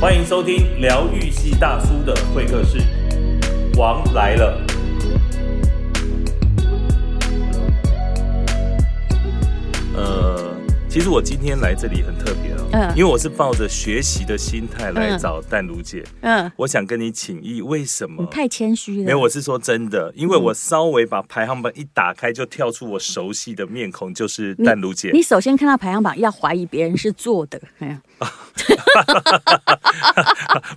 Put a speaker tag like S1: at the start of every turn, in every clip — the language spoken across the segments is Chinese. S1: 欢迎收听疗愈系大叔的会客室，王来了。呃，其实我今天来这里很特别哦，
S2: 嗯
S1: 因为我是抱着学习的心态来
S2: 嗯
S1: 找淡如姐，
S2: 嗯，
S1: 我想跟你请益，为什
S2: 你
S1: 么？
S2: 太谦虚了。嗯
S1: 没有，我是说真的，因为我稍微把排行榜一打开，就跳出我熟悉的面孔，就是
S2: 你
S1: 淡如姐。
S2: 你首先看到排行榜，要怀疑别人是做的，哎呀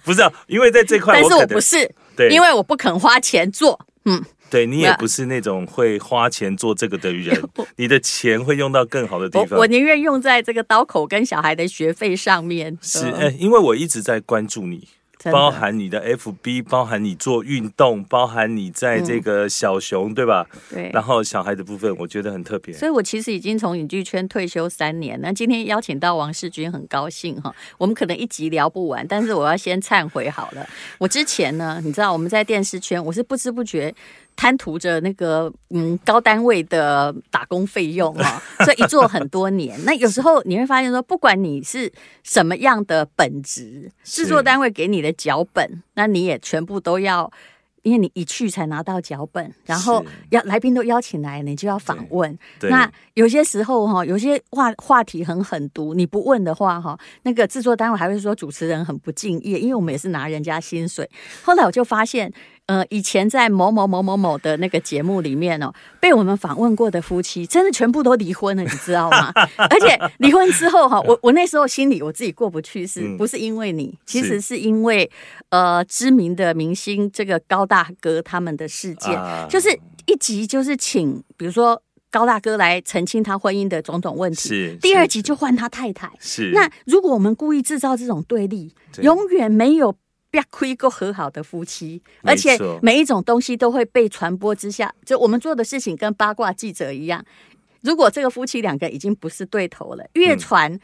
S1: 不是、啊，因为在这块
S2: 但
S1: 我
S2: 是
S1: 可
S2: 我
S1: 能
S2: 不是，
S1: 对，
S2: 因为我不肯花钱做。嗯，
S1: 对你也
S2: 那
S1: 不是那种会花钱做这个的 人，你的钱会用到更好的地
S2: 我
S1: 方
S2: 我。宁愿用在这个刀口跟小孩的学费上面。
S1: 是，
S2: 嗯
S1: 哎、因为我一直在关注你，
S2: 真的
S1: 包含你的 FB，包含你做运动，包含你在这个小熊，对吧？
S2: 对。
S1: 然后小孩的部分，我觉得很特别。
S2: 所以，我其实已经从影剧圈退休三年。那今天邀请到王世军，很高兴哈。我们可能一集聊不完，但是我要先忏悔好了。我之前呢，你知道我们在电视圈，我是不知不觉贪图着那个嗯高单位的打工费用 哈、所以一做很多年。那有时候你会发现说，不管你是什么样的本职，
S1: 是
S2: 制作单位给你的脚本，那你也全部都要。因为你一去才拿到脚本，然后
S1: 是
S2: 邀来宾都邀请来，你就要访问。
S1: 对，
S2: 那有些时候哈，有些话话题很狠毒，你不问的话哈，那个制作单位还会说主持人很不敬业，因为我们也是拿人家薪水。后来我就发现，呃，以前在某某某某某的那个节目里面哦，被我们访问过的夫妻，真的全部都离婚了，你知 道吗？而且离婚之后哈，我我那时候心里我自己过不去，是
S1: 嗯
S2: 不是因为你？其
S1: 是
S2: 实是因为呃，知名的明星这个高大哥他们的事件。
S1: 啊
S2: 就是一集就是请，比如说高大哥来澄清他婚姻的种种问题，
S1: 是
S2: 第
S1: 是
S2: 二集就换他太太。
S1: 是
S2: 那如果我们故意制造这种对立，
S1: 对
S2: 永远没有。不要亏过和好的夫妻，
S1: 没
S2: 而
S1: 错
S2: 且每一种东西都会被传播之下，就我们做的事情跟八卦记者一样。如果这个夫妻两个已经不是对头了，越
S1: 嗯
S2: 传、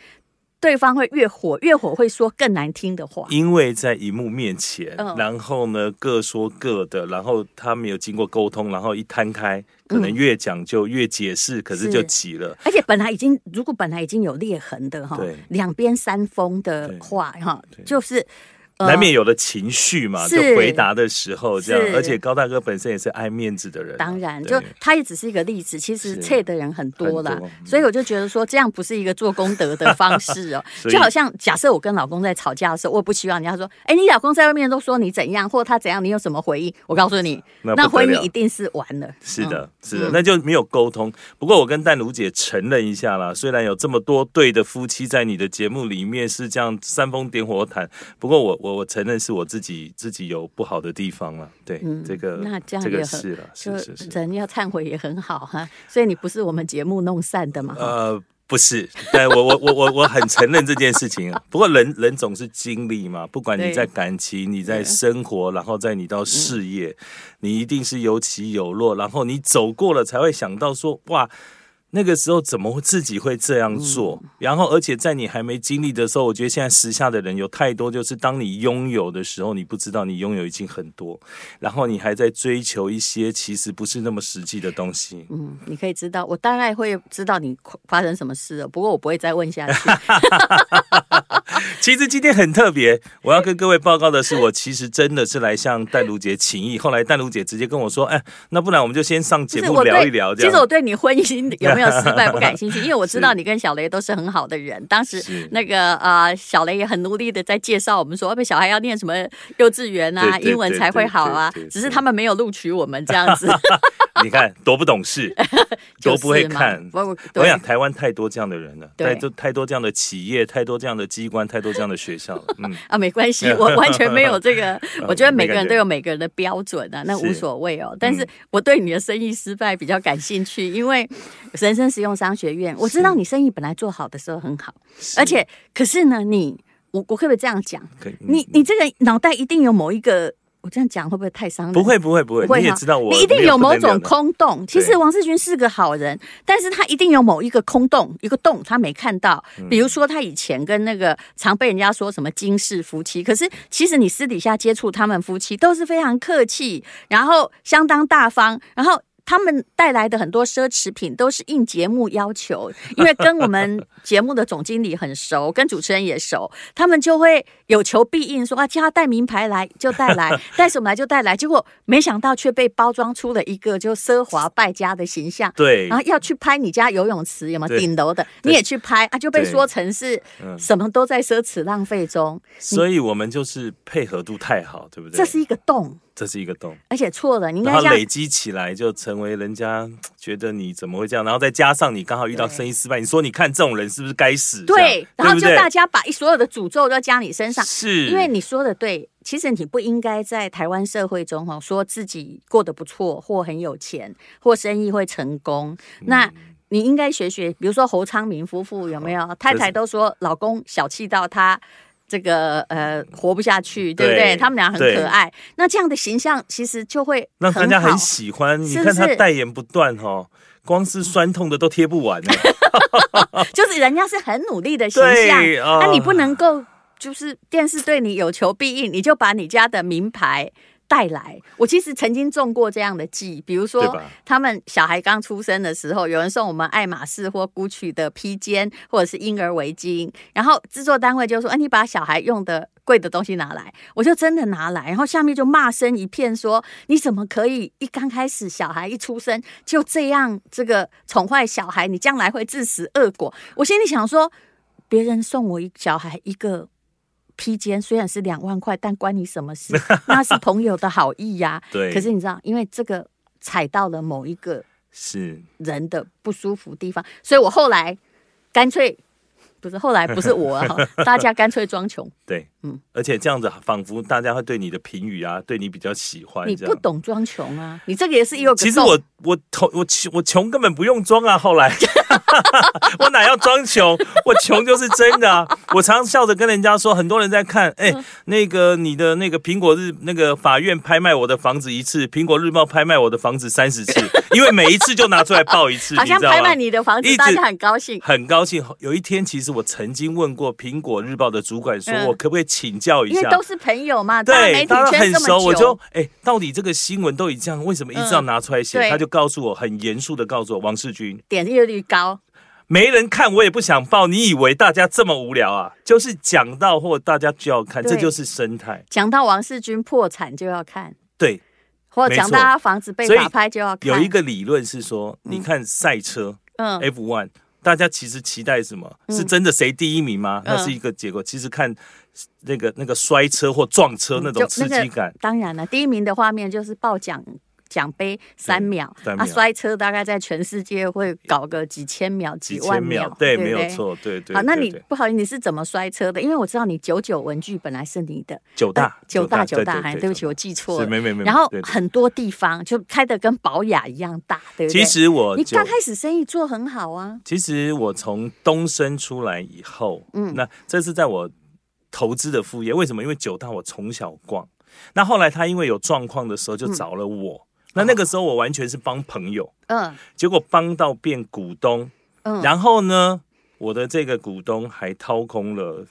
S2: 对方会越火，越火会说更难听的话。
S1: 因为在荧幕面前，
S2: 嗯
S1: 然后呢各说各的，然后他没有经过沟通，然后一摊开，可能越讲究、越解释，可是
S2: 嗯是
S1: 就急了。
S2: 而且本来已经，如果本来已经有裂痕的哈
S1: 对，
S2: 两边山峰的
S1: 对
S2: 话哈
S1: 对，
S2: 就是、嗯
S1: 难免有了情绪嘛，就是回答的时候这样，
S2: 是
S1: 而且高大哥本身也是爱面子的人啊，
S2: 当然，
S1: 对
S2: 就他也只是一个例子，其实
S1: 是
S2: 切的人很多啦
S1: 很多，嗯
S2: 所以我就觉得说，这样不是一个做功德的方式哦、
S1: 所以
S2: 就好像假设我跟老公在吵架的时候，我也不希望人家说，哎、你老公在外面都说你怎样，或他怎样，你有什么回应？我告诉你，
S1: 那
S2: 那
S1: 不得
S2: 回
S1: 了
S2: 你一定是完了。
S1: 是
S2: 嗯
S1: 的，是的，
S2: 嗯
S1: 那就没有沟通。不过我跟淡如姐承认一下啦，虽然有这么多对的夫妻在你的节目里面是这样煽风点火谈，不过我我我承认是我自己自己有不好的地方了。对，
S2: 嗯
S1: 这个
S2: 那这样
S1: 个
S2: 也很
S1: 是了，是
S2: 就是
S1: 是，
S2: 人要忏悔也很好哈，所以你不是我们节目弄散的嘛？哈
S1: 呃。不是，但我我我我我很承认这件事情啊。不过人人总是经历嘛，不管你
S2: 对
S1: 在感情、你在
S2: 对
S1: 生活，然后在你到事业，你一定是有起有落，然后你走过了才会想到说，哇，那个时候怎么会自己会这样做？然后，而且在你还没经历的时候，我觉得现在时下的人有太多，就是当你拥有的时候，你不知道你拥有已经很多，然后你还在追求一些其实不是那么实际的东西。
S2: 嗯，你可以知道，我大概会知道你发生什么事了，不过我不会再问下 去。
S1: 其实今天很特别，我要跟各位报告的是，我其实真的是来向淡如姐请益。后 来淡如姐直接跟我说：“哎，那不然我们就先上节
S2: 就是
S1: 目
S2: 我对，
S1: 聊一聊。”这
S2: 其实我
S1: 样
S2: 对你 婚姻有没有失败不感兴趣，因为我知道你跟小雷都是很好的人。当时
S1: 是
S2: 那个呃，小雷也很努力的在介绍我们说，哦要不小孩要念什么幼稚园啊，
S1: 对对
S2: 英文才会好啊
S1: 对对对对。对
S2: 只是他们没有录取我们这样 子，
S1: 你看多不懂事，多不会
S2: 就是嘛
S1: 看。
S2: 不，
S1: 我
S2: 对
S1: 想，台湾太多这样的人了，
S2: 对
S1: 太多太多这样的企业，太多这样的机关，太多这样的学校了。 嗯，。
S2: 啊，没关系，我完全没有这个我觉得每
S1: 没
S2: 个
S1: 感
S2: 人
S1: 觉
S2: 都有每个人的标准啊，那
S1: 嗯是嗯
S2: 无所谓哦。但是我对你的生意失败比较感兴趣，因为人生实用商学院，我知道你生意本来做好的时候很好，
S1: 是
S2: 而且可是呢，你我我可不可以这样讲？
S1: 可以，嗯
S2: 你你这个脑袋一定有某一个，我这样讲会不会太伤人？
S1: 不会不会不
S2: 不
S1: 会，
S2: 会
S1: 你也
S2: 哈
S1: 知道我
S2: 你一定
S1: 没
S2: 有
S1: 不
S2: 某
S1: 能聊的
S2: 种空洞。其
S1: 对
S2: 实王世军是个好人，但是他一定有某一个空洞，一个洞他没看到。
S1: 嗯
S2: 比如说他以前跟那个常被人家说什么金氏夫妻，可是其实你私底下接触他们夫妻都是非常客气，然后相当大方，然后。他们带来的很多奢侈品都是应节目要求，因为跟 我们节目的总经理很熟，跟主持人也熟，他们就会有求必应说，啊，叫他带名牌来就带来， 带什么来就带来。结果没想到却被包装出了一个就奢华败家的形象。
S1: 对
S2: 然，后要去拍你家游泳池有没有
S1: 对
S2: 顶楼的，你也去拍啊，就被说成是
S1: 嗯
S2: 什么都在奢侈浪费中，
S1: 所以我们就是配合度太好，对不对？
S2: 这是一个洞，
S1: 这是一个洞，
S2: 而且错了，你应
S1: 然
S2: 该
S1: 后
S2: 像
S1: 累积起来就成为人家嗯觉得你怎么会这样，然后再加上你刚好遇到
S2: 对
S1: 生意失败，你说你看这种人是不是该死？这
S2: 对
S1: 样，
S2: 然后就
S1: 对不对
S2: 大家把一所有的诅咒都加你身上，
S1: 是
S2: 因为你说的对，其实你不应该在台湾社会中哈说自己过得不错，或很有钱，或生意会成功。
S1: 嗯
S2: 那你应该学学，比如说侯昌明夫妇有没有？太太都说老公小气到他。这个呃，活不下去，对不对？
S1: 对
S2: 他们俩很
S1: 对
S2: 可爱，那这样的形象其实就会
S1: 让大家
S2: 好
S1: 很喜欢。
S2: 是
S1: 你
S2: 不
S1: 看他
S2: 是
S1: 代言不断哦，光是酸痛的都贴不完呢。
S2: 就是人家是 很努力的形象，
S1: 对
S2: 那、
S1: 啊
S2: 你不能够就是电视对你有求必应，你就把你家的名牌。带来，我其实曾经中过这样的计，比如
S1: 对
S2: 说
S1: 吧
S2: 他们小孩刚出生的时候，有人送我们爱马仕或 GUCCI 的披肩或者是婴儿围巾，然后制作单位就说：“哎、你把小孩用的贵的东西拿来。”我就真的拿来，然后下面就骂声一片说，你怎么可以一刚开始小孩一出生就这样这个宠坏小孩？你将来会自食恶果。我心里想说，别人送我一小孩一个披肩，虽然是两万块，但关你什么事？那是朋友的好意呀、
S1: 对，
S2: 可是你知道，因为这个踩到了某一个
S1: 是
S2: 人的不舒服地方，所以我后来干脆不是后来不是 我、啊，大家干脆装穷。
S1: 对，
S2: 嗯
S1: 嗯，而且这样子仿佛大家会对你的评语啊，对你比较喜欢。
S2: 你
S1: 这
S2: 不
S1: 样。
S2: 懂装穷啊，你这个也是有个
S1: 其实
S2: 洞
S1: 我我头我穷我穷根本不用装啊，后来 我哪要装穷，我穷就是真的啊！我常笑着跟人家说，很多人在看，哎、
S2: 嗯
S1: 那个你的那个苹果日那个法院拍卖我的房子一次，苹果日报拍卖我的房子三十次，因为每一次就拿出来报一次，
S2: 好像
S1: 你知道吗
S2: 拍卖你的房子，
S1: 一
S2: 大
S1: 直
S2: 家很高兴。
S1: 很高兴。有一天，其实我曾经问过苹果日报的主管说，
S2: 嗯
S1: 我可不可以请教一
S2: 因为
S1: 下？
S2: 都是朋友嘛，大
S1: 对，
S2: 媒体
S1: 他
S2: 圈
S1: 很
S2: 这
S1: 熟，
S2: 么
S1: 我就
S2: 久，
S1: 哎、到底这个新闻都已这样，为什么一直要拿出来写？
S2: 嗯对
S1: 他就告诉我，很严肃的告诉我，王世军，
S2: 点阅率高，
S1: 没人看我也不想报，你以为大家这么无聊啊？就是讲到或大家就要看，
S2: 对
S1: 这就是生态。
S2: 讲到王世军破产就要看，
S1: 对，
S2: 或者讲到
S1: 没错
S2: 他房子被
S1: 所以
S2: 法拍就要看。
S1: 有一个理论是说，你看赛车、
S2: 嗯，
S1: F one，大家其实期待什么？是真的谁第一名吗？
S2: 嗯
S1: 那是一个结果。其实看那个那个摔车或撞车那种
S2: 嗯就
S1: 刺激感，
S2: 当然了，第一名的画面就是报奖。奖杯三秒，
S1: 三
S2: 啊，
S1: 秒
S2: 摔车大概在全世界会搞个几千秒、
S1: 几
S2: 万
S1: 千秒，
S2: 对
S1: 对，
S2: 不
S1: 没
S2: 对，
S1: 有错，对对。
S2: 好，那
S1: 对
S2: 你
S1: 对
S2: 不好意思，你是怎么摔车的？因为我知道你九九文具本来是你的，
S1: 九大
S2: 呃九大九大，哎，
S1: 哎，
S2: 对不起，我记错
S1: 是
S2: 了。
S1: 没没没。
S2: 然后
S1: 对对
S2: 很多地方就开的跟宝雅一样大，对不对？
S1: 其实我
S2: 你
S1: 就
S2: 刚开始生意做很好啊，
S1: 其实我从东升出来以后，嗯，那这是在我投资的副业。为什么？因为九大我从小逛，那后来他因为有状况的时候就找了我。那那个时候我完全是帮朋友，
S2: 嗯
S1: 结果帮到变股东，
S2: 嗯
S1: 然后呢，我的这个股东还掏空了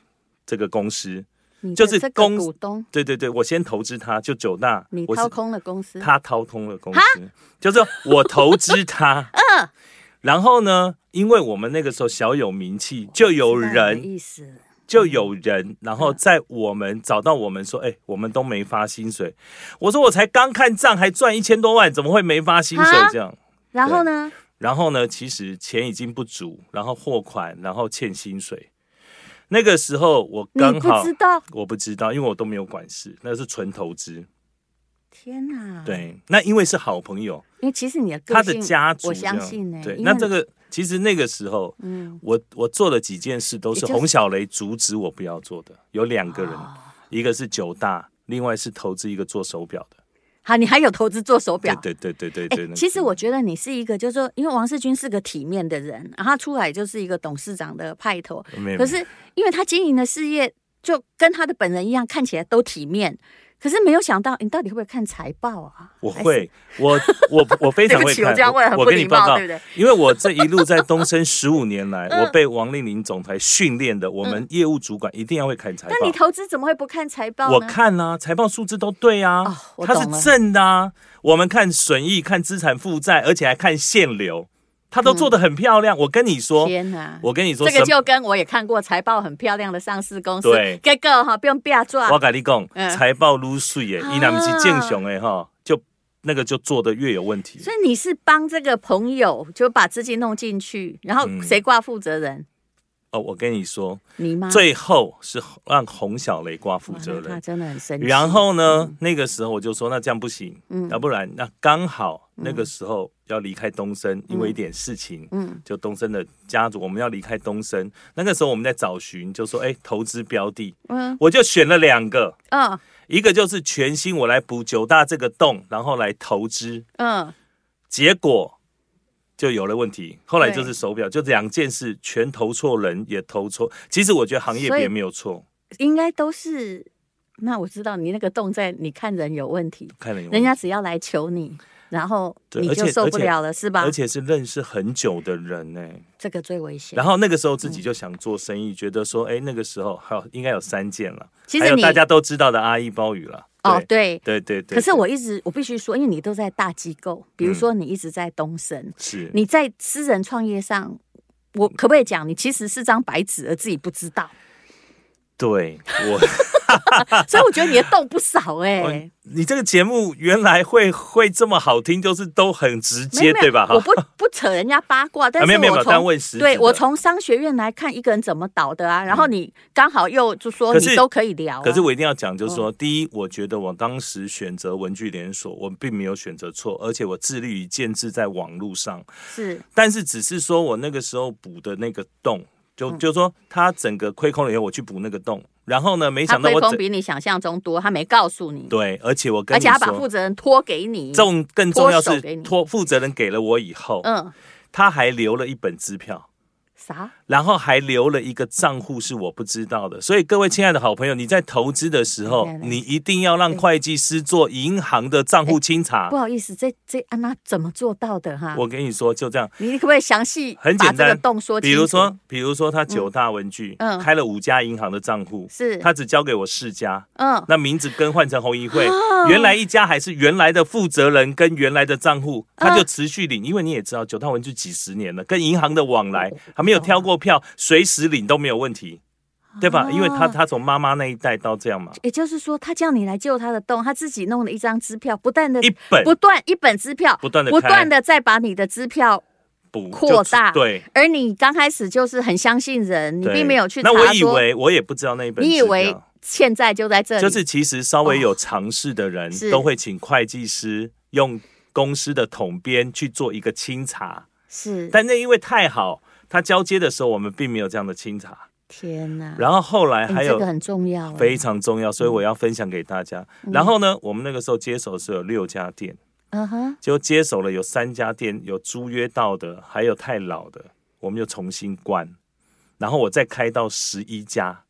S1: 这个公司。
S2: 你的
S1: 就是
S2: 这个
S1: 公
S2: 股东，
S1: 对对对，我先投资他，就九大，
S2: 你
S1: 我是
S2: 掏空了公司，
S1: 他掏空了公司，就是我投资 他，
S2: 嗯
S1: 然后呢，因为我们那个时候小有名气，就有
S2: 知道你的
S1: 人
S2: 意思，
S1: 就有人，然后在我们找到我们说，
S2: 嗯
S1: 哎、我们都没发薪水，我说我才刚看账还赚一千多万，怎么会没发薪水
S2: 啊
S1: 这样？
S2: 然后呢，
S1: 然后呢，其实钱已经不足，然后货款，然后欠薪水。那个时候我
S2: 你
S1: 刚
S2: 不
S1: 好
S2: 知道，
S1: 我不知道，因为我都没有管事，那是纯投资。
S2: 天哪，，
S1: 对，那因为是好朋友，
S2: 因为其实你的个
S1: 他的
S2: 性，
S1: 家族
S2: 我
S1: 这样，
S2: 相信呢
S1: 对，
S2: 因为
S1: 那这个其实那个时候，嗯，我我做了几件事都
S2: 也
S1: 是
S2: 就是
S1: 洪小雷阻止我不要做的，有两
S2: 哦
S1: 个人，一个是九大，另外是投资一个做手表的。
S2: 好，你还有投资做手表，
S1: 对对对对对
S2: 哎
S1: 对。那个
S2: 其实我觉得你是一个，就是说，因为王世军是个体面的人，然后他出来就是一个董事长的派头，
S1: 没有，
S2: 可是因为他经营的事业就跟他的本人一样，看起来都体面。可是没有想到，你到底会不会看财报啊？
S1: 我会， 我我我非常
S2: 对不
S1: 会
S2: 起我
S1: 看
S2: 这样问。很
S1: 我
S2: 不
S1: 跟你
S2: 礼
S1: 报
S2: 貌
S1: 告
S2: 对不对，
S1: 因为我这一路在东升十五年来，
S2: 嗯
S1: 我被王丽玲总裁训练的，我们业务主管一定要会看财
S2: 那你
S1: 报。
S2: 投资怎么会不看财哦报呢？
S1: 我看啦、财报数字都对
S2: 哦
S1: 啊，
S2: 我
S1: 它
S2: 懂
S1: 是正的啊。我们看损益、看资产负债，而且还看现流，它都做得很漂亮。我跟你说，
S2: 天哪！
S1: 我跟你说
S2: 这
S1: 什
S2: 个
S1: 么？
S2: 就跟我也看过财报很漂亮的上市公司，
S1: 对
S2: 结果哈不用变抓，
S1: 我跟你讲，
S2: 嗯
S1: 财报撸水耶，
S2: 啊
S1: 伊那不是正常诶哈，就那个就做得越有问题。
S2: 所以你是帮这个朋友就把资金弄进去，然后
S1: 嗯
S2: 谁挂负责人？
S1: 哦，我跟你说，
S2: 你吗？
S1: 最后是让洪小雷挂负
S2: 哇
S1: 责
S2: 那他
S1: 人。
S2: 真的很生气。
S1: 然后呢，那个时候我就说，那这样不行，
S2: 嗯
S1: 要不然那刚好那个时候要离开东升，因为一点事情，
S2: 嗯，
S1: 就东升的家族，我们要离开东升。那个时候我们在找寻，就说，哎，投资标的，
S2: 嗯
S1: 我就选了两个，
S2: 嗯
S1: 一个就是全新我来补九大这个洞，然后来投资，
S2: 嗯，
S1: 结果就有了问题。后来就
S2: 对
S1: 是手表，就两件事全投错人，也投错。其实我觉得行业
S2: 所以
S1: 别没有错，
S2: 应该都是。那我知道你那个洞在，你看人有问题，
S1: 看了有
S2: 人家只要来求你，然后
S1: 嗯对
S2: 你
S1: 而
S2: 就
S1: 且
S2: 受不了了，是吧
S1: 而？且是认识很久的人呢、
S2: 这个最危险
S1: 然。后那个时候自己就想做生意，觉得说，哎，那个时候好应该有三件了，
S2: 其
S1: 还
S2: 实
S1: 有
S2: 你
S1: 大家都知道的阿姨包雨了。
S2: 哦，对，
S1: 对对对。嗯
S2: 可是
S1: 对
S2: 我一直我必须说，因为你都在大机构，比如说你一直在东升，
S1: 是
S2: 你在私人创业上，我
S1: 嗯
S2: 可不可以讲，你其实是张白纸，而自己不 知道，
S1: 对 我，
S2: 所以我觉得你的洞不少哎、
S1: 哦 你这个节目原来会会这么好听，就是都很直
S2: 没
S1: 接，
S2: 有没
S1: 对
S2: 有
S1: 吧？，啊
S2: 我不不扯人家八 卦，但
S1: 没
S2: 是
S1: 有没有没
S2: 我
S1: 有但
S2: 从
S1: 问实质
S2: 对
S1: 的嗯
S2: 我从商学院来看一个人怎么倒的啊，然后你刚好又就说
S1: 可是
S2: 你都可以聊啊，嗯
S1: 可是我一定要讲，就是说，第一，我觉得我当时选择文具连锁，我并没有选择错，而且我致力于建制在网络上，
S2: 是
S1: 但是只是说我那个时候补的那个洞，就、
S2: 嗯
S1: 就是说它整个亏空了以后，我去补那个洞，然后呢，没
S2: 他
S1: 想到
S2: 亏
S1: 我
S2: 空
S1: 整
S2: 比你想象中多，他没告诉你，
S1: 对，而且我跟
S2: 而
S1: 你
S2: 且他把负
S1: 说，
S2: 责人托给你，
S1: 重更重要
S2: 脱手
S1: 是
S2: 给你
S1: 托负责人给了我以后，
S2: 嗯
S1: 他还留了一本支票。
S2: 啥？
S1: 然后还留了一个账户是我不知道的，所以各位亲爱的好朋友，你在投资的时候
S2: 来来，来
S1: 你一定要让会计师做银行的账户清查
S2: 不。好意思，这这安娜怎么做到的哈？
S1: 啊我跟你说，就这样，
S2: 你可不可以详细
S1: 很
S2: 把
S1: 简
S2: 这个
S1: 单
S2: 洞说清楚？
S1: 比如说，比如说他九大文具，
S2: 嗯
S1: 开了五家银行的账户，
S2: 是
S1: 他只交给我四家，
S2: 嗯，
S1: 那名字更换成红一会，
S2: 哦
S1: 原来一家还是原来的负责人跟原来的账户，
S2: 啊
S1: 他就持续领，因为你也知道九大文具几十年了，跟银行的往
S2: 嗯
S1: 来还没有挑过票，随时领都没有问题，
S2: 哦
S1: 对吧？因为他他从妈妈那一代到这样嘛，
S2: 也就是说，他叫你来救他的洞，他自己弄了一张支票，不断的
S1: 一本
S2: 不断一本支票，
S1: 不断地
S2: 不
S1: 开
S2: 断的再把你的支票，
S1: 补
S2: 扩大
S1: 就对，
S2: 而你刚开始就是很相信人，你
S1: 对
S2: 并没有去查
S1: 那我以
S2: 说，
S1: 为我也不知道那一本，
S2: 你以为。欠债就在这里，哦
S1: 就是其实稍微有常识的人、
S2: 是
S1: 都会请会计师用公司的统编去做一个清查，
S2: 是
S1: 但那因为太好，他交接的时候我们并没有这样的清查。
S2: 天哪，
S1: 然后后来
S2: 哎
S1: 还
S2: 这
S1: 有
S2: 个很重要嗯哎，
S1: 非常重要，所以我要分享给大家。然后呢，我们那个时候接手是有六家店，
S2: 嗯哼，
S1: 结果接手了有三家店有租约到的，还有太老的，我们就重新关。然后我再开到十一家。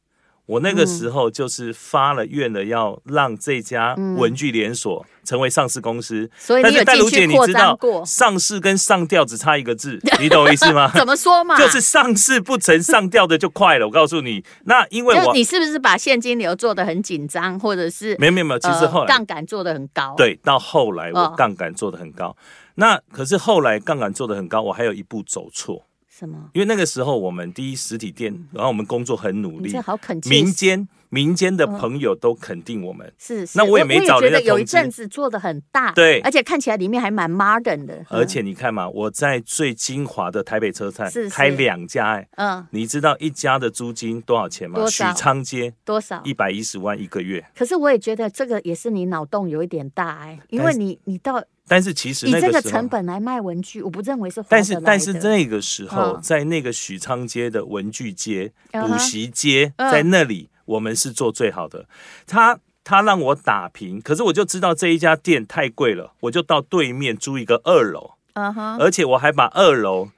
S1: 我那
S2: 嗯
S1: 个时候就是发了愿了，要让这家文具连锁成为上市公司。
S2: 嗯所以
S1: 但
S2: 你
S1: 是
S2: 有
S1: 戴
S2: 进
S1: 茹姐，
S2: 去
S1: 你
S2: 扩
S1: 知
S2: 张
S1: 道
S2: 过，
S1: 上市跟上吊只差一个字，你懂我意思 吗？
S2: 怎么说嘛？
S1: 就是上市不成，上吊的就快了。我告诉你，那因为
S2: 就
S1: 我
S2: 你是不是把现金流做的很紧张，或者是
S1: 没有没有没有，其实
S2: 呃
S1: 后来、
S2: 杠杆做的很高，，
S1: 对到后来我
S2: 哦
S1: 杠杆做的很高，那可是后来杠杆做的很高，我还有一步走错，
S2: 什么？
S1: 因为那个时候我们第一实体店，然后我们工作很努
S2: 你
S1: 力
S2: 这，好恳切，
S1: 民间民间
S2: 嗯
S1: 的朋友都肯定我们。
S2: 是，是
S1: 那我也没找
S2: 觉
S1: 人家
S2: 得有一
S1: 通知
S2: 阵子做的很大，
S1: 对
S2: 而且看起来里面还蛮 modern 的，
S1: 而且你看嘛，我在最精华的台北车站
S2: 是是
S1: 开两家、哎，
S2: 嗯，
S1: 你知道一家的租金多少钱吗？
S2: 多
S1: 许
S2: 少哦
S1: 昌街
S2: 多少？
S1: 一百一十万一个月，
S2: 可是我也觉得这个也是你脑洞有一点大哎、因为
S1: 但是
S2: 你你到
S1: 但是其实
S2: 以
S1: 那
S2: 这个
S1: 个时
S2: 成
S1: 候，
S2: 本来卖文具，我不认为是划
S1: 但
S2: 得
S1: 是
S2: 来
S1: 但是
S2: 的
S1: 那个时候，
S2: 嗯
S1: 在那个许昌街的文具街、
S2: 嗯哼
S1: 补习街，
S2: 嗯
S1: 在那里我们是做最好的。他他让我打平，可是我就知道这一家店太贵了，我就到对面租一个二楼，
S2: 嗯哼，
S1: 而且我还把二楼。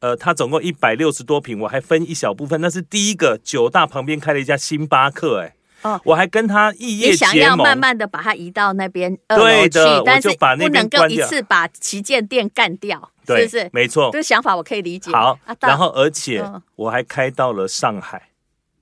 S1: 呃，它总共一百六十多平，我还分一小部分，那是第一个九大旁边开了一家星巴克、哎，
S2: 哦
S1: 我还跟他异业
S2: 也想
S1: 结
S2: 要
S1: 盟。
S2: 慢慢的把它移到那边二楼
S1: 对
S2: 去
S1: 的，
S2: 但
S1: 我
S2: 是
S1: 就把那边
S2: 不能够
S1: 关
S2: 一
S1: 掉
S2: 次把旗舰店干掉，是
S1: 对，
S2: 不是？
S1: 没错
S2: 这。个想法我可以理解。
S1: 好
S2: 啊，到
S1: 然后而且
S2: 嗯
S1: 我还开到了上海，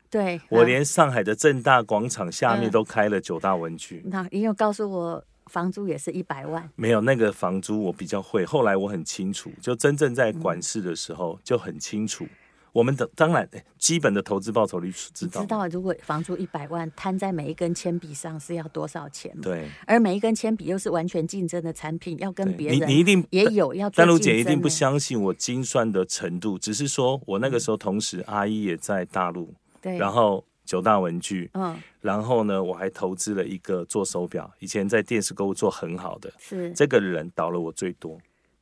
S2: 对，
S1: 我
S2: 啊
S1: 连上海的正大广场下面
S2: 嗯
S1: 都开了九大文具。
S2: 那因为告诉我房租也是一百万，
S1: 没有那个房租我比较会，后来我很清楚，就真正在
S2: 嗯
S1: 管事的时候就很清楚。我们的当然哎基本的投资报酬率是知
S2: 你
S1: 道
S2: 知
S1: 的，
S2: 道如果房租一百万摊在每一根铅笔上是要多少钱吗？
S1: 对，
S2: 而每一根铅笔又是完全竞争的产品，要跟
S1: 对
S2: 别
S1: 你你一
S2: 人
S1: 定
S2: 也有要做
S1: 丹如
S2: 竞
S1: 姐一
S2: 争
S1: 定不
S2: 呢
S1: 相信我精算的程度，只是说我那个时候同时阿姨也在大陆，
S2: 对，
S1: 然后九大文具，
S2: 嗯
S1: 然后呢我还投资了一个做手表，以前在电视购物做很好的，
S2: 是
S1: 这个人倒了我最多，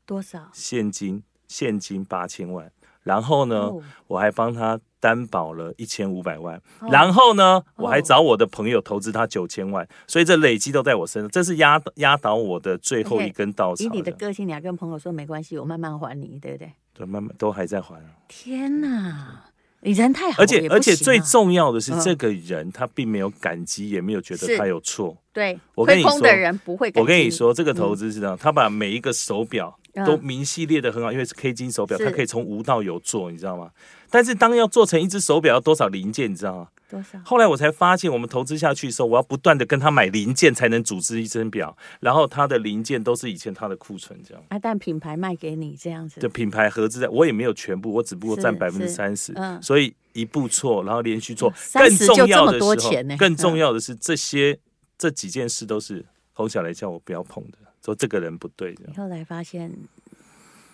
S2: 多少？
S1: 现金现金八千万，然后呢、
S2: 哦
S1: 我还帮他担保了一千五百万，
S2: 哦
S1: 然后呢我还
S2: 哦
S1: 找我的朋友投资他九千万，所以这累积都在我身上，这是压压倒我的最后一根稻
S2: 以
S1: 草
S2: 你的
S1: 的，
S2: 个性，你要跟朋友说没关系，我慢慢还你，对不对？
S1: 对，慢慢都还在还啊。
S2: 天哪，你人太好，
S1: 而且
S2: 哦也不
S1: 而且
S2: 行啊
S1: 最重要的是
S2: 嗯，
S1: 这个人他并没有感激，也没有觉
S2: 是
S1: 得他有错。
S2: 对，
S1: 我跟你
S2: 会空
S1: 说
S2: 的人不会感激。
S1: 我跟你说，这个投资是这样，他把每一个手表
S2: 嗯
S1: 都明细列的很好，因为是 K 金手表，
S2: 是
S1: 它可以从无到有做，你知道吗？但是当要做成一只手表，要多少零件，你知道吗？
S2: 多少？
S1: 后来我才发现，我们投资下去的时候，我要不断的跟他买零件，才能组织一身表。然后他的零件都是以前他的库存这样。
S2: 啊，但品牌卖给你这样子，
S1: 的品牌合资的，我也没有全部，我只不过占百分之
S2: 是
S1: 三十
S2: 嗯，
S1: 所以一步错，然后连续错，
S2: 30
S1: 更重要
S2: 就这么
S1: 的
S2: 多
S1: 时候
S2: 钱呢，嗯
S1: 更重要的是这些这几件事都是侯小雷叫我不要碰的，说这个人不对这
S2: 你
S1: 样。
S2: 后来发现，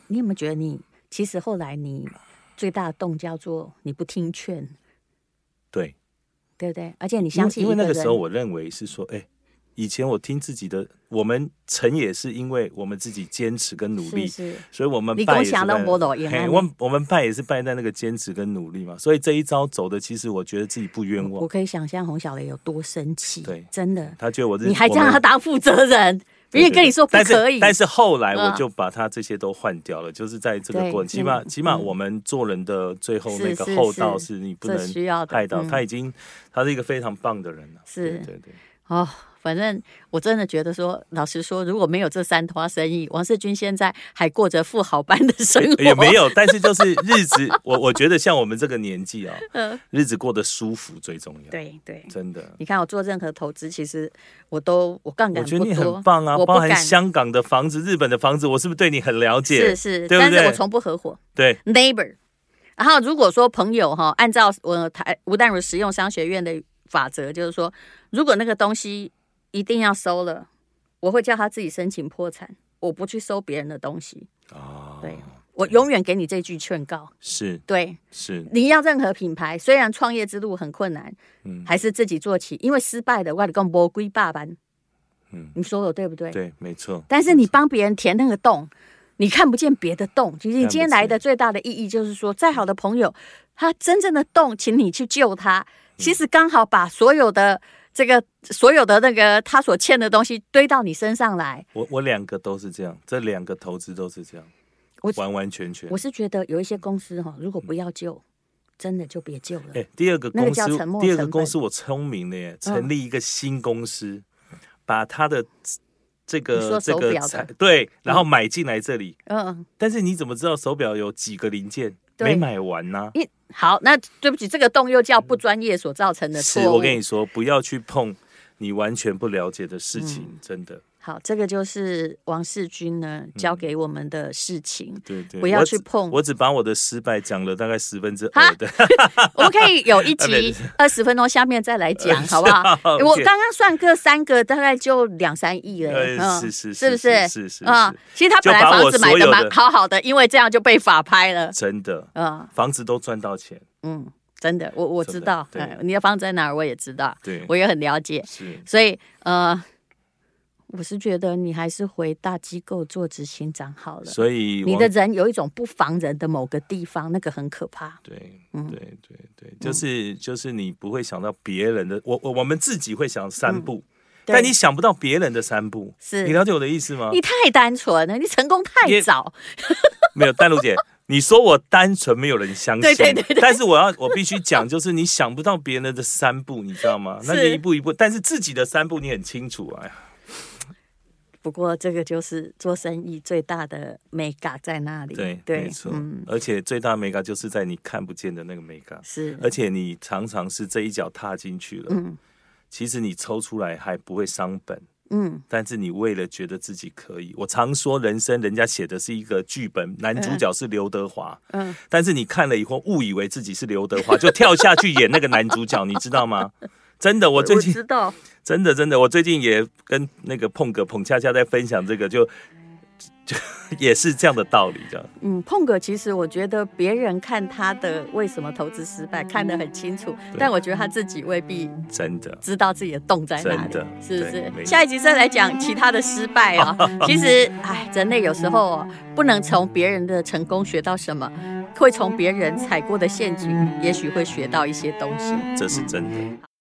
S2: 你有没有觉得你其实后来你最大的动叫做你不听劝，
S1: 对，
S2: 对不对？而且你
S1: 因
S2: 相
S1: 为
S2: 信
S1: 因为那
S2: 个
S1: 个时候
S2: 人，
S1: 我认为是说，哎，以前我听自己的，我们成也是因为我们自己坚持跟努力，
S2: 是是
S1: 所以我们
S2: 你
S1: 败
S2: 讲
S1: 也是
S2: 啥
S1: 败
S2: 都没路用啊
S1: 嘿
S2: 你
S1: 我们我们败也是败在那个坚持跟努力嘛，所以这一招走的，其实我觉得自己不冤
S2: 我
S1: 枉。
S2: 可以想象洪小雷有多生气，
S1: 对
S2: 真的，
S1: 他觉得我是
S2: 你还
S1: 我们
S2: 让他当负责人， 别人跟你说不
S1: 但是
S2: 可以，
S1: 但是后来我
S2: 嗯
S1: 就把它这些都换掉了，就是在这个
S2: 对
S1: 过程，起
S2: 那
S1: 码
S2: 个
S1: 起码
S2: 嗯
S1: 我们做人的最后
S2: 是
S1: 那个
S2: 是
S1: 厚道
S2: 是
S1: 是你不
S2: 这
S1: 能
S2: 需要的
S1: 害到
S2: 嗯
S1: 他已经他是一个非常棒的人了，
S2: 是
S1: 对对对，
S2: 哦，反正我真的觉得说，老实说，如果没有这三花生意，王世军现在还过着富豪般的生活，
S1: 也没有，但是就是日子，我我觉得像我们这个年纪啊、日子过得舒服最重要，，
S2: 嗯对对。
S1: 真的。
S2: 你看我做任何投资，其实我都我杠杆
S1: 我
S2: 不
S1: 觉
S2: 多，
S1: 得你很棒啊，
S2: 我不
S1: 包含
S2: 敢
S1: 香港的房子、日本的房子，我是不是对你很了解？
S2: 是是，
S1: 对不
S2: 但是
S1: 对
S2: 我从不合伙
S1: 对，
S2: neighbor。然后如果说朋友哈，按照我台吴淡如实用商学院的法则，就是说，如果那个东西一定要收了，我会叫他自己申请破产，我不去收别人的东西。
S1: 啊，
S2: 对，我永远给你这句劝告。
S1: 是
S2: 对，
S1: 是，
S2: 你要任何品牌，虽然创业之路很困难，
S1: 嗯
S2: 还是自己做起，因为失败的外讲魔归霸般。
S1: 嗯
S2: 你说我对不对？
S1: 对，没错，
S2: 但是你帮别人填那个洞，你看不见别的洞。其实你今天来的最大的意义就是说，再好的朋友，他真正的洞，请你去救
S1: 嗯
S2: 他。其实刚好把所有的这个所有的那个他所欠的东西堆到你身上来。
S1: 我我两个都是这样，这两个投资都是这样，
S2: 我
S1: 完完全全
S2: 我。是觉得有一些公司哈、如果不要救，
S1: 嗯
S2: 真的就别救了。
S1: 哎、第二个
S2: 那个
S1: 公司
S2: 叫沉没，
S1: 第二
S2: 成
S1: 个
S2: 本嗯
S1: 公司我聪明了耶，成立一个新公司，把他的这
S2: 你
S1: 个
S2: 说
S1: 这
S2: 手
S1: 个
S2: 表的
S1: 财对，然后买进来这里。
S2: 嗯，
S1: 但是你怎么知道手表有几个零件
S2: 对
S1: 没买完呢、
S2: 一好，那对不起，这个洞又叫不专业所造成的
S1: 是
S2: 错误。
S1: 我跟你说，不要去碰你完全不了解的事情，
S2: 嗯
S1: 真的。
S2: 好，这个就是王世军呢
S1: 嗯
S2: 教给我们的事情。
S1: 对对，
S2: 不要
S1: 我
S2: 去
S1: 只
S2: 碰
S1: 我只把我的失败讲了大概十分之
S2: 哈
S1: 二的，
S2: 我们可以有一
S1: 啊没
S2: 集
S1: 事
S2: 二十分钟，下面再来 讲，好不好？
S1: 好
S2: 我
S1: OK
S2: 刚刚算个三个，大概就两三亿了
S1: 呃
S2: 耶。嗯，
S1: 是是
S2: 是不是？
S1: 是是
S2: 啊
S1: 是，
S2: 其实他本来
S1: 就把
S2: 房
S1: 我
S2: 子
S1: 所
S2: 买的
S1: 有
S2: 蛮
S1: 的
S2: 好好的，因为这样就被法拍了。
S1: 真的，
S2: 嗯
S1: 房子都赚到钱，
S2: 嗯，真的，我我
S1: 真
S2: 知
S1: 的
S2: 道，
S1: 对
S2: 嗯你的房子在哪儿我也知道，
S1: 对，
S2: 我也很了解。
S1: 是
S2: 所以呃，我是觉得你还是回大机构做执行长好了。
S1: 所以
S2: 你
S1: 王
S2: 的人有一种不防人的某个地方，那个很可怕。
S1: 对，
S2: 嗯
S1: 对对对，就是就是你不会想到别人的，我我我们自己会想三步，
S2: 嗯对
S1: 但你想不到别人的三步，
S2: 是
S1: 你了解我的意思吗？
S2: 你太单纯了，你成功太
S1: 也
S2: 早。
S1: 没有，丹如姐，你说我单纯，没有人相信。
S2: 对对对对
S1: 但是我要，我必须讲，就是你想不到别人的三步，你知道吗？那就是一步一步，但是自己的三步你很清楚啊。哎呀
S2: 不过这个就是做生意最大的美感在那里。
S1: 对，没错。
S2: 嗯，
S1: 而且最大的美感就是在你看不见的那个美感，
S2: 是
S1: 而且你常常是这一脚踏进去了，
S2: 嗯
S1: 其实你抽出来还不会伤本。
S2: 嗯，
S1: 但是你为了觉得自己可以，我常说人生人家写的是一个剧本，男主角是刘德华，
S2: 嗯
S1: 但是你看了以后误以为自己是刘德华，就 跳下去演那个男主角，你知道吗？真的，哦我最近
S2: 知道，
S1: 真的真的，我最近也跟那个碰哥碰恰恰在分享这个，就就 也是这样的道理，这样
S2: 嗯，碰哥其实我觉得别人看他的为什么投资失败看得很清楚，但我觉得他自己未必
S1: 真的。
S2: 知道自己的洞在哪里
S1: 真的，
S2: 是不
S1: 对没
S2: 是？下一集再来讲其他的失败 啊、其实，哎，人类有时候、哦、不能从别人的成功学到什么，会从别人踩过的陷阱，也许会学到一些东西。
S1: 这是真的。